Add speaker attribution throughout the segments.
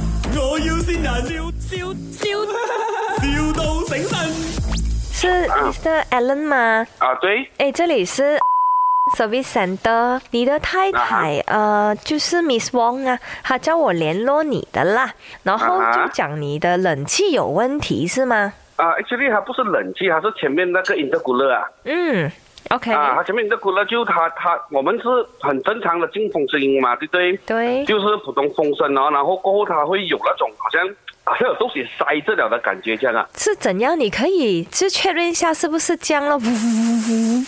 Speaker 1: 要先人，笑笑笑，,笑到醒神。
Speaker 2: 是 Mr. Allen 吗？
Speaker 3: 啊，对，
Speaker 2: 哎，这里是 Service Center，你的太太
Speaker 3: 啊
Speaker 2: 呃就是 Miss Wong 啊，她叫我联络你的啦，然后
Speaker 3: 啊哈
Speaker 2: 就讲你的冷气有问题是吗？
Speaker 3: 啊，actually 它不是冷气，它是前面那个 intercooler 啊，
Speaker 2: 嗯，OK，
Speaker 3: 啊，它前面 intercooler 就它它我们是很正常的进风声音嘛，对不对？
Speaker 2: 对，
Speaker 3: 就是普通风声哦，然后过后它会有那种好像好像有东西塞着了的感觉这样啊。
Speaker 2: 是怎样？你可以就确认一下是不是这样了？呜呜呜呜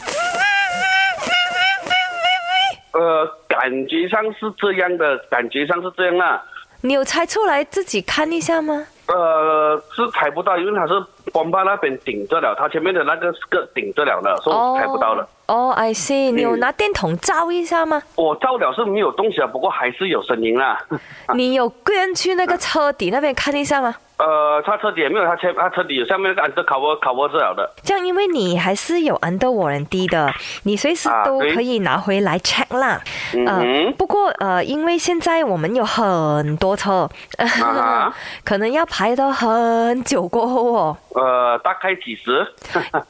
Speaker 3: 呃，感觉上是这样的，感觉上是这样啊啦、
Speaker 2: 你有猜出来自己看一下吗？
Speaker 3: 呃，是踩不到，因为它是bomba 那边顶着了，它前面的那个 skirt 顶着了了，所以踩不到了。。嗯
Speaker 2: 哦、i see，你有拿电筒照一下吗？
Speaker 3: 我照了是没有东西啊，不过还是有声音啦。
Speaker 2: 你有跟去那个车底那边看一下吗？
Speaker 3: 呃，它车底也没有，它前它车底有下面那个 under cover cover 着了的。
Speaker 2: 这样，因为你还是有 under warranty 的，你随时
Speaker 3: 啊
Speaker 2: 都
Speaker 3: 对
Speaker 2: 可以拿回来 check 啦。
Speaker 3: 嗯
Speaker 2: 呃
Speaker 3: 哼，
Speaker 2: 不过呃，因为现在我们有很多车，
Speaker 3: 啊哈
Speaker 2: 可能要排到很久过后哦。
Speaker 3: 呃，大概几时？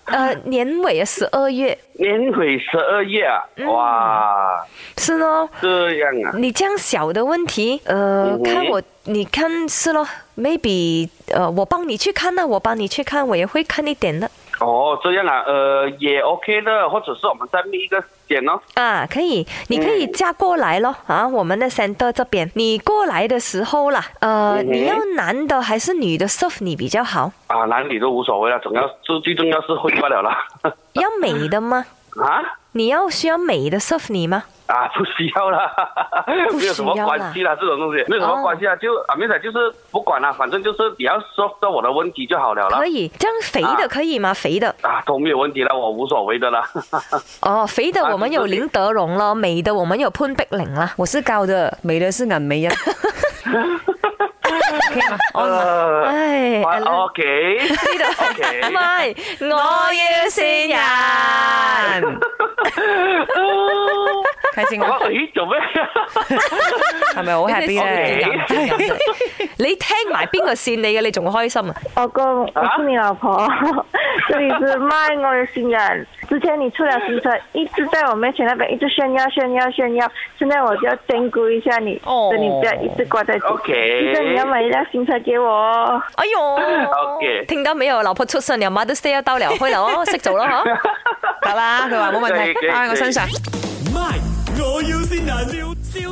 Speaker 2: 呃，年尾十二月
Speaker 3: 年尾十二月啊，
Speaker 2: 嗯
Speaker 3: 哇，
Speaker 2: 是咯，
Speaker 3: 这样啊。
Speaker 2: 你这样小的问题，呃，
Speaker 3: 嗯
Speaker 2: 看我，你看是咯，maybe，呃，我帮你去看呢、我帮你去看，我也会看一点的
Speaker 3: 哦，这样啊，呃，也 OK 的，或者是我们再觅一个时间哦。
Speaker 2: 啊，可以，你可
Speaker 3: 嗯
Speaker 2: 以嫁过来咯啊，我们的 center 这边，你过来的时候啦，呃，
Speaker 3: 嗯哼
Speaker 2: 你要男的还是女的 serve 你比较好？
Speaker 3: 啊，哪里都无所谓了，总要最最重要是会罢了啦。
Speaker 2: 要美的吗？
Speaker 3: 啊
Speaker 2: 你要需要美的 serve 你吗？
Speaker 3: 啊，不需要啦，
Speaker 2: 不
Speaker 3: 没有什么
Speaker 2: 需要啦
Speaker 3: 关系啦，这种东西没有什么
Speaker 2: 哦
Speaker 3: 关系啊，就啊没事，就是不管啦，反正就是你要 solve 到我的问题就好了啦
Speaker 2: 可。以，这样肥的
Speaker 3: 啊
Speaker 2: 可以吗？肥的，
Speaker 3: 啊，都没有问题啦，我无所谓的啦。
Speaker 2: 哦，肥的
Speaker 3: 啊
Speaker 2: 我们
Speaker 3: 就是
Speaker 2: 有林德荣咯，美的我们有潘碧玲啦。
Speaker 4: 我是高的，美的是俺梅人，可以吗？
Speaker 2: 哦
Speaker 3: 呃
Speaker 2: 唉，Alan
Speaker 3: ，OK，
Speaker 2: 知道
Speaker 3: OK
Speaker 2: 哎唔係，我要先人。
Speaker 4: 开心
Speaker 3: 我
Speaker 4: 吗？
Speaker 3: 咦做咩？
Speaker 4: 系咪好 happy 咧？
Speaker 2: 你聽埋邊個線你嘅，你仲開心啊？
Speaker 5: 老公，我是你老婆， 这里是卖我的新人。之前你出了新车，一直在我面前那边一直炫耀炫耀炫耀，现在我就要兼顾一下你，
Speaker 4: 哦
Speaker 5: 等你不要一直挂在嘴。
Speaker 3: OK
Speaker 5: 现在你要买一辆新车给我哦。
Speaker 2: 哎呦
Speaker 3: OK
Speaker 2: 聽到沒有？老婆出聲，你阿媽都 stay 一兜嚟，開樓啊識做咯嗬。
Speaker 4: 啊得啦，佢话冇问
Speaker 3: 可以可
Speaker 4: 题，
Speaker 3: 以
Speaker 4: 包喺我身上。
Speaker 1: My，我要先人，笑笑